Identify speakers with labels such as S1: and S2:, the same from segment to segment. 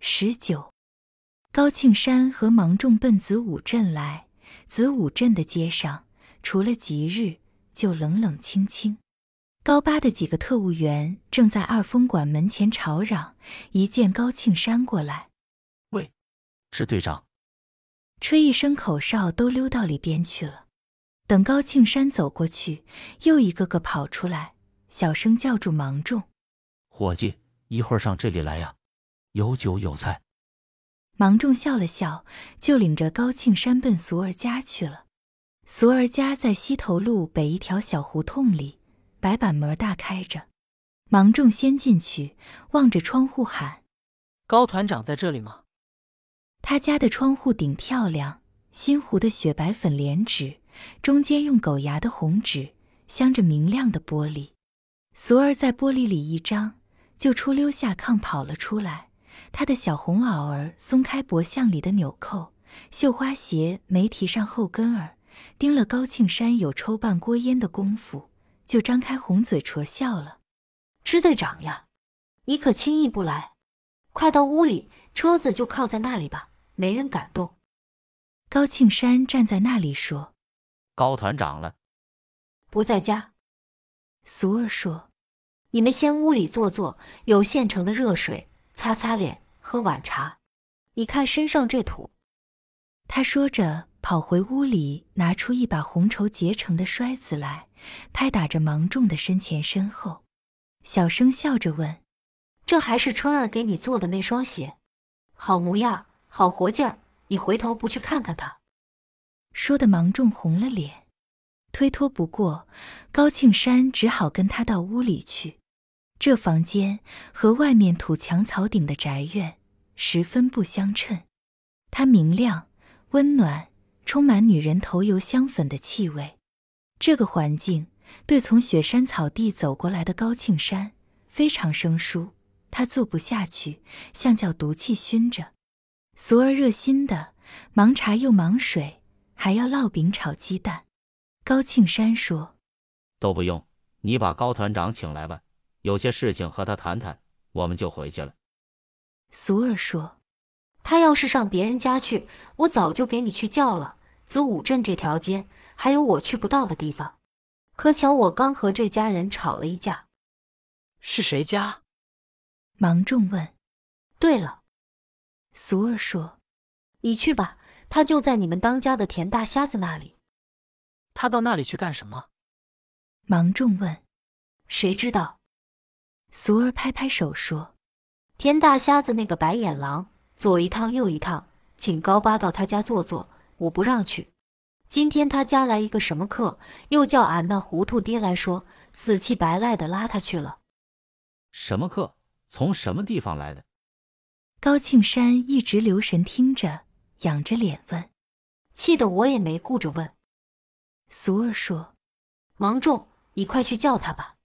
S1: 十九，高庆山和芒种奔子午镇来。子午镇的街上，除了吉日，就冷冷清清。高八的几个特务员正在二风馆门前吵嚷，一见高庆山过来，
S2: 喂，支队长，
S1: 吹一声口哨，都溜到里边去了。等高庆山走过去，又一个个跑出来，小声叫住芒种。
S2: 伙计，一会儿上这里来呀，有酒有菜。
S1: 芒种笑了笑，就领着高庆山奔俗儿家去了。俗儿家在西头路北一条小胡同里，白板门大开着。芒种先进去，望着窗户喊：“
S3: 高团长在这里吗？”
S1: 他家的窗户顶漂亮，新糊的雪白粉帘纸。中间用狗牙的红纸镶着明亮的玻璃，俗儿在玻璃里一张就出溜下炕跑了出来。她的小红袄儿松开脖项里的纽扣，绣花鞋没提上后跟儿，盯了高庆山有抽半锅烟的功夫，就张开红嘴唇笑了。
S4: 支队长呀，你可轻易不来，快到屋里，车子就靠在那里吧，没人敢动。
S1: 高庆山站在那里说。
S2: 高团长了，
S4: 不在家。
S1: 俗儿说：“
S4: 你们先屋里坐坐，有现成的热水，擦擦脸，喝碗茶。你看身上这土。”
S1: 他说着，跑回屋里，拿出一把红绸结成的筛子来，拍打着芒种的身前身后，小声笑着问：“
S4: 这还是春儿给你做的那双鞋？好模样，好活劲儿！你回头不去看看他？”
S1: 说的芒种红了脸，推脱不过，高庆山只好跟他到屋里去。这房间和外面土墙草顶的宅院十分不相称，它明亮、温暖，充满女人头油香粉的气味。这个环境对从雪山草地走过来的高庆山非常生疏，他坐不下去，像叫毒气熏着。俗儿热心的忙茶又忙水。还要烙饼炒鸡蛋，高庆山说：“
S2: 都不用，你把高团长请来吧，有些事情和他谈谈，我们就回去了。”
S1: 俗儿说：“
S4: 他要是上别人家去，我早就给你去叫了。子午镇这条街还有我去不到的地方，可巧我刚和这家人吵了一架。”
S3: 是谁家？
S1: 芒种问。
S4: “对了。”
S1: 俗儿说：“
S4: 你去吧。”他就在你们当家的田大瞎子那里。
S3: 他到那里去干什么？
S1: 芒种问。
S4: 谁知道？
S1: 俗儿拍拍手说：“
S4: 田大瞎子那个白眼狼，左一趟右一趟，请高八到他家坐坐，我不让去。今天他家来一个什么客，又叫俺那糊涂爹来说，死气白赖的拉他去了。
S2: 什么客？从什么地方来的？”
S1: 高庆山一直留神听着。仰着脸问，
S4: 气得我也没顾着问。
S1: 俗儿说：“
S4: 芒种，你快去叫他吧。”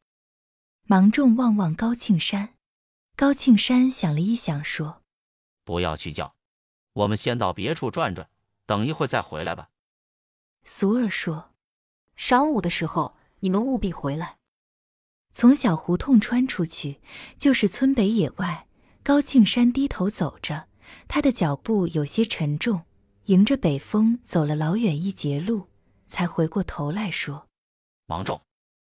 S1: 芒种望望高庆山，高庆山想了一想说：“
S2: 不要去叫，我们先到别处转转，等一会再回来吧。”
S1: 俗儿说：“
S4: 晌午的时候，你们务必回来。”
S1: 从小胡同穿出去，就是村北野外。高庆山低头走着。他的脚步有些沉重，迎着北风走了老远一截路，才回过头来说：“
S2: 芒种，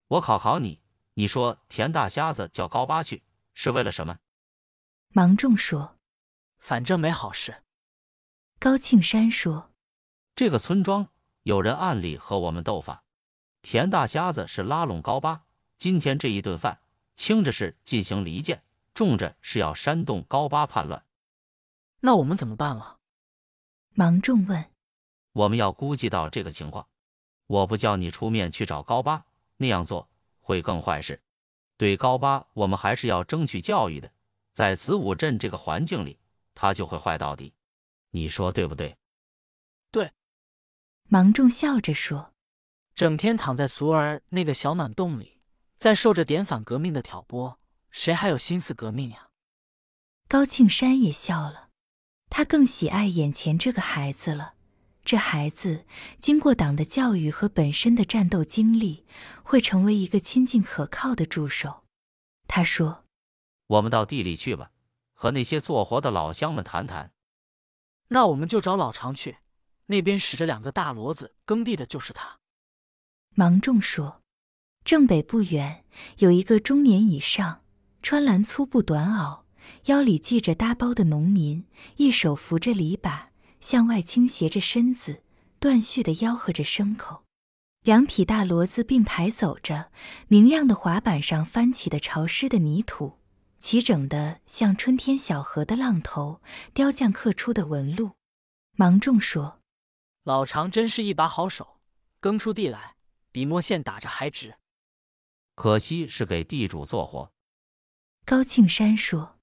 S2: 我考考你，你说田大瞎子叫高八去是为了什么？”
S1: 芒种说：“
S3: 反正没好事。”
S1: 高庆山说：“
S2: 这个村庄有人暗里和我们斗法，田大瞎子是拉拢高八，今天这一顿饭，轻着是进行离间，重着是要煽动高八叛乱。”
S3: 那我们怎么办了？
S1: 芒种问。
S2: 我们要估计到这个情况，我不叫你出面去找高八，那样做会更坏事。对高八，我们还是要争取教育的。在子午镇这个环境里，他就会坏到底。你说对不对？
S3: 对。
S1: 芒种笑着说：“
S3: 整天躺在俗儿那个小暖洞里，在受着典反革命的挑拨，谁还有心思革命呀、啊？”
S1: 高庆山也笑了。他更喜爱眼前这个孩子了。这孩子经过党的教育和本身的战斗经历，会成为一个亲近可靠的助手。他说：“
S2: 我们到地里去吧，和那些做活的老乡们谈谈。
S3: 那我们就找老常去，那边使着两个大骡子耕地的就是他。
S1: 芒种说：“正北不远有一个中年以上、穿蓝粗布短袄、腰里系着搭包的农民，一手扶着篱笆，向外倾斜着身子，断续地吆喝着牲口。两匹大骡子并排走着，明亮的滑板上翻起的潮湿的泥土，齐整的像春天小河的浪头，雕匠刻出的纹路。”芒种说
S3: 老常真是一把好手，耕出地来比摸线打着还直。
S2: 可惜是给地主做活。：“
S1: 高庆山说。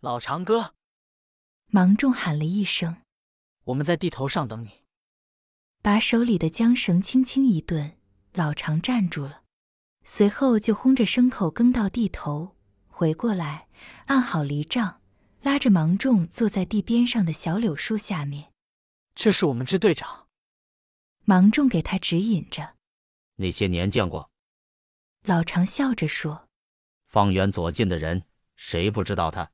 S3: 老常哥，”
S1: 芒种喊了一声。
S3: 我们在地头上等你。
S1: 把手里的缰绳轻轻一顿，老常站住了，随后就轰着牲口耕到地头，回过来按好犁杖，拉着芒种坐在地边上的小柳树下面，
S3: 这是我们支队长，
S1: 芒种给他指引着。
S2: 那些年见过
S1: 老常笑着说
S2: 方圆左近的人，谁不知道他？：“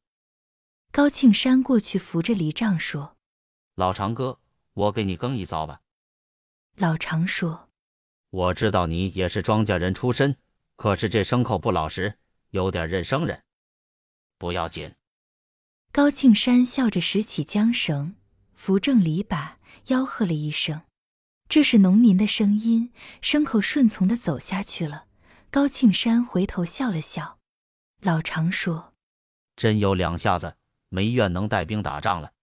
S1: 高庆山过去扶着犁杖说。
S2: 老常哥，我给你耕一遭吧。”
S1: 老常说
S2: 我知道你也是庄稼人出身，可是这牲口不老实，有点认生人。不要紧，：“
S1: 高庆山笑着拾起缰绳，扶正篱笆，吆喝了一声。”这是农民的声音，牲口顺从的走下去了。高庆山回头笑了笑。老常说
S2: 真有两下子，没怨能带兵打仗了。：“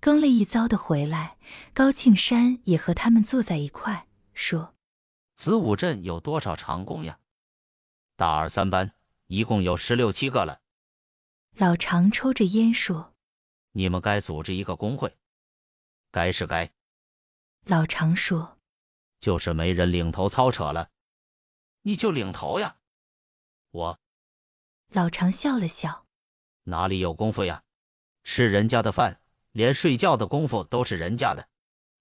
S1: 耕了一遭的回来。”高庆山也和他们坐在一块，说
S2: 子午镇有多少长工呀？大二三班一共有十六七个了。：“
S1: 老常抽着烟说。
S2: 你们该组织一个工会。该是该，”
S1: 老常说
S2: 就是没人领头操扯了。你就领头呀！我：“
S1: 老常笑了笑。
S2: 哪里有功夫呀？吃人家的饭，连睡觉的功夫都是人家的。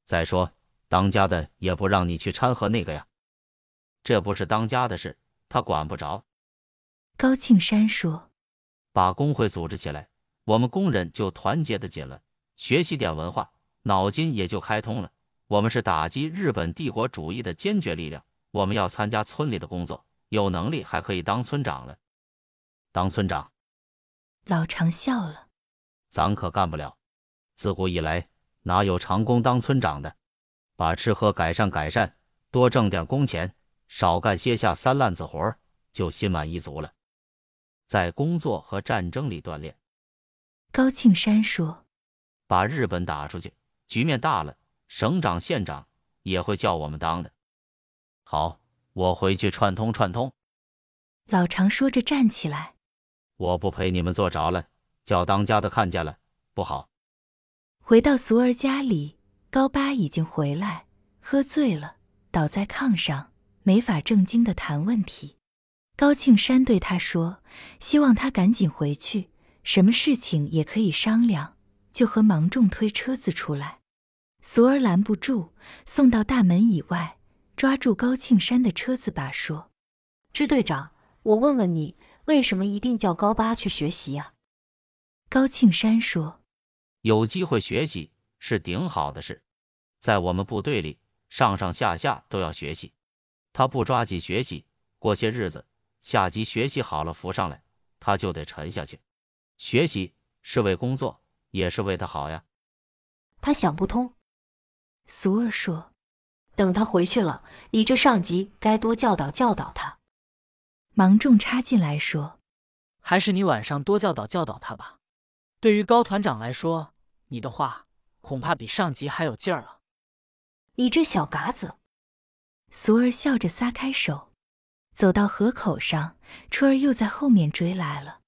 S2: 再说，当家的也不让你去掺和那个呀。这不是当家的事，他管不着。”
S1: 高庆山说
S2: 把工会组织起来，我们工人就团结的紧了，学习点文化，脑筋也就开通了。我们是打击日本帝国主义的坚决力量，我们要参加村里的工作，有能力还可以当村长了。当村长，：“
S1: 老常笑了。
S2: 咱可干不了。自古以来，哪有长工当村长的？把吃喝改善改善，多挣点工钱，少干些下三滥子活儿，就心满意足了。在工作和战争里锻炼。”
S1: 高庆山说
S2: 把日本打出去，局面大了，省长、县长也会叫我们当的。好，我回去串通串通，：“
S1: 老常说着站起来。”
S2: 我不陪你们坐着了，叫当家的看见了不好。
S1: 回到俗儿家里，高八已经回来，喝醉了，倒在炕上，没法正经的谈问题。高庆山对他说：“希望他赶紧回去，什么事情也可以商量。”就和芒种推车子出来，俗儿拦不住，送到大门以外，抓住高庆山的车子把说
S4: 支队长，我问问你，为什么一定叫高八去学习呀、：“
S1: 啊高庆山说，
S2: 有机会学习是顶好的事，在我们部队里，上上下下都要学习。他不抓紧学习，过些日子下级学习好了浮上来，他就得沉下去。学习是为工作，也是为他好呀。
S4: 他想不通。
S1: 俗儿说，
S4: 等他回去了，你这上级该多教导教导他。
S1: 芒种插进来说。”
S3: 还是你晚上多教导教导他吧。对于高团长来说，你的话恐怕比上级还有劲儿了。
S4: 你这小嘎子，
S1: 俗儿笑着撒开手，走到河口上，春儿又在后面追来了。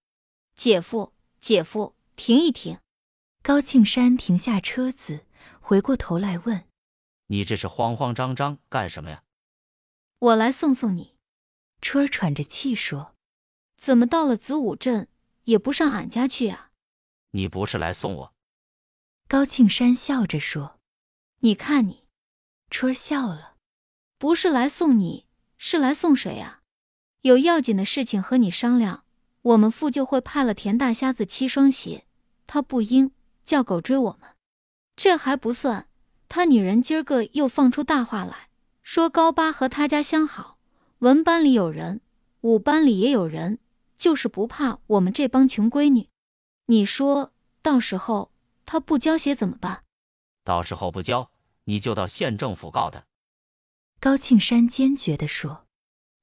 S5: 姐夫，姐夫，停一停！
S1: 高庆山停下车子，回过头来问
S2: 你这是慌慌张张干什么呀？
S5: 我来送送你。
S1: 春儿，喘着气说
S5: 怎么到了子午镇也不上俺家去啊？
S2: 你不是来送我？：“
S1: 高庆山笑着说。
S5: 你看你，”
S1: 春儿笑了。
S5: 不是来送你，是来送谁啊？有要紧的事情和你商量。我们副就会派了田大瞎子七双鞋，他不应叫狗追我们。这还不算，他女人今儿个又放出大话来，说高八和他家相好，文班里有人，武班里也有人，就是不怕我们这帮穷闺女。你说到时候他不交鞋怎么办？
S2: 到时候不交，你就到县政府告他。
S1: 高庆山坚决地说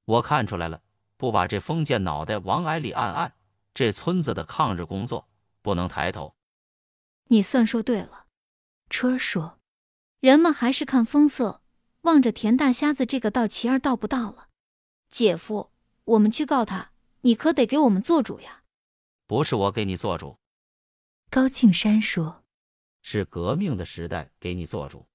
S2: 我看出来了，不把这封建脑袋往矮里按按，这村子的抗日工作不能抬头。
S5: 你算说对了。：“
S1: 春儿说，
S5: 人们还是看风色，望着田大瞎子这个道其二道不到了。姐夫，我们去告他，你可得给我们做主呀！
S2: 不是我给你做主，
S1: 高庆山说。”
S2: 是革命的时代给你做主。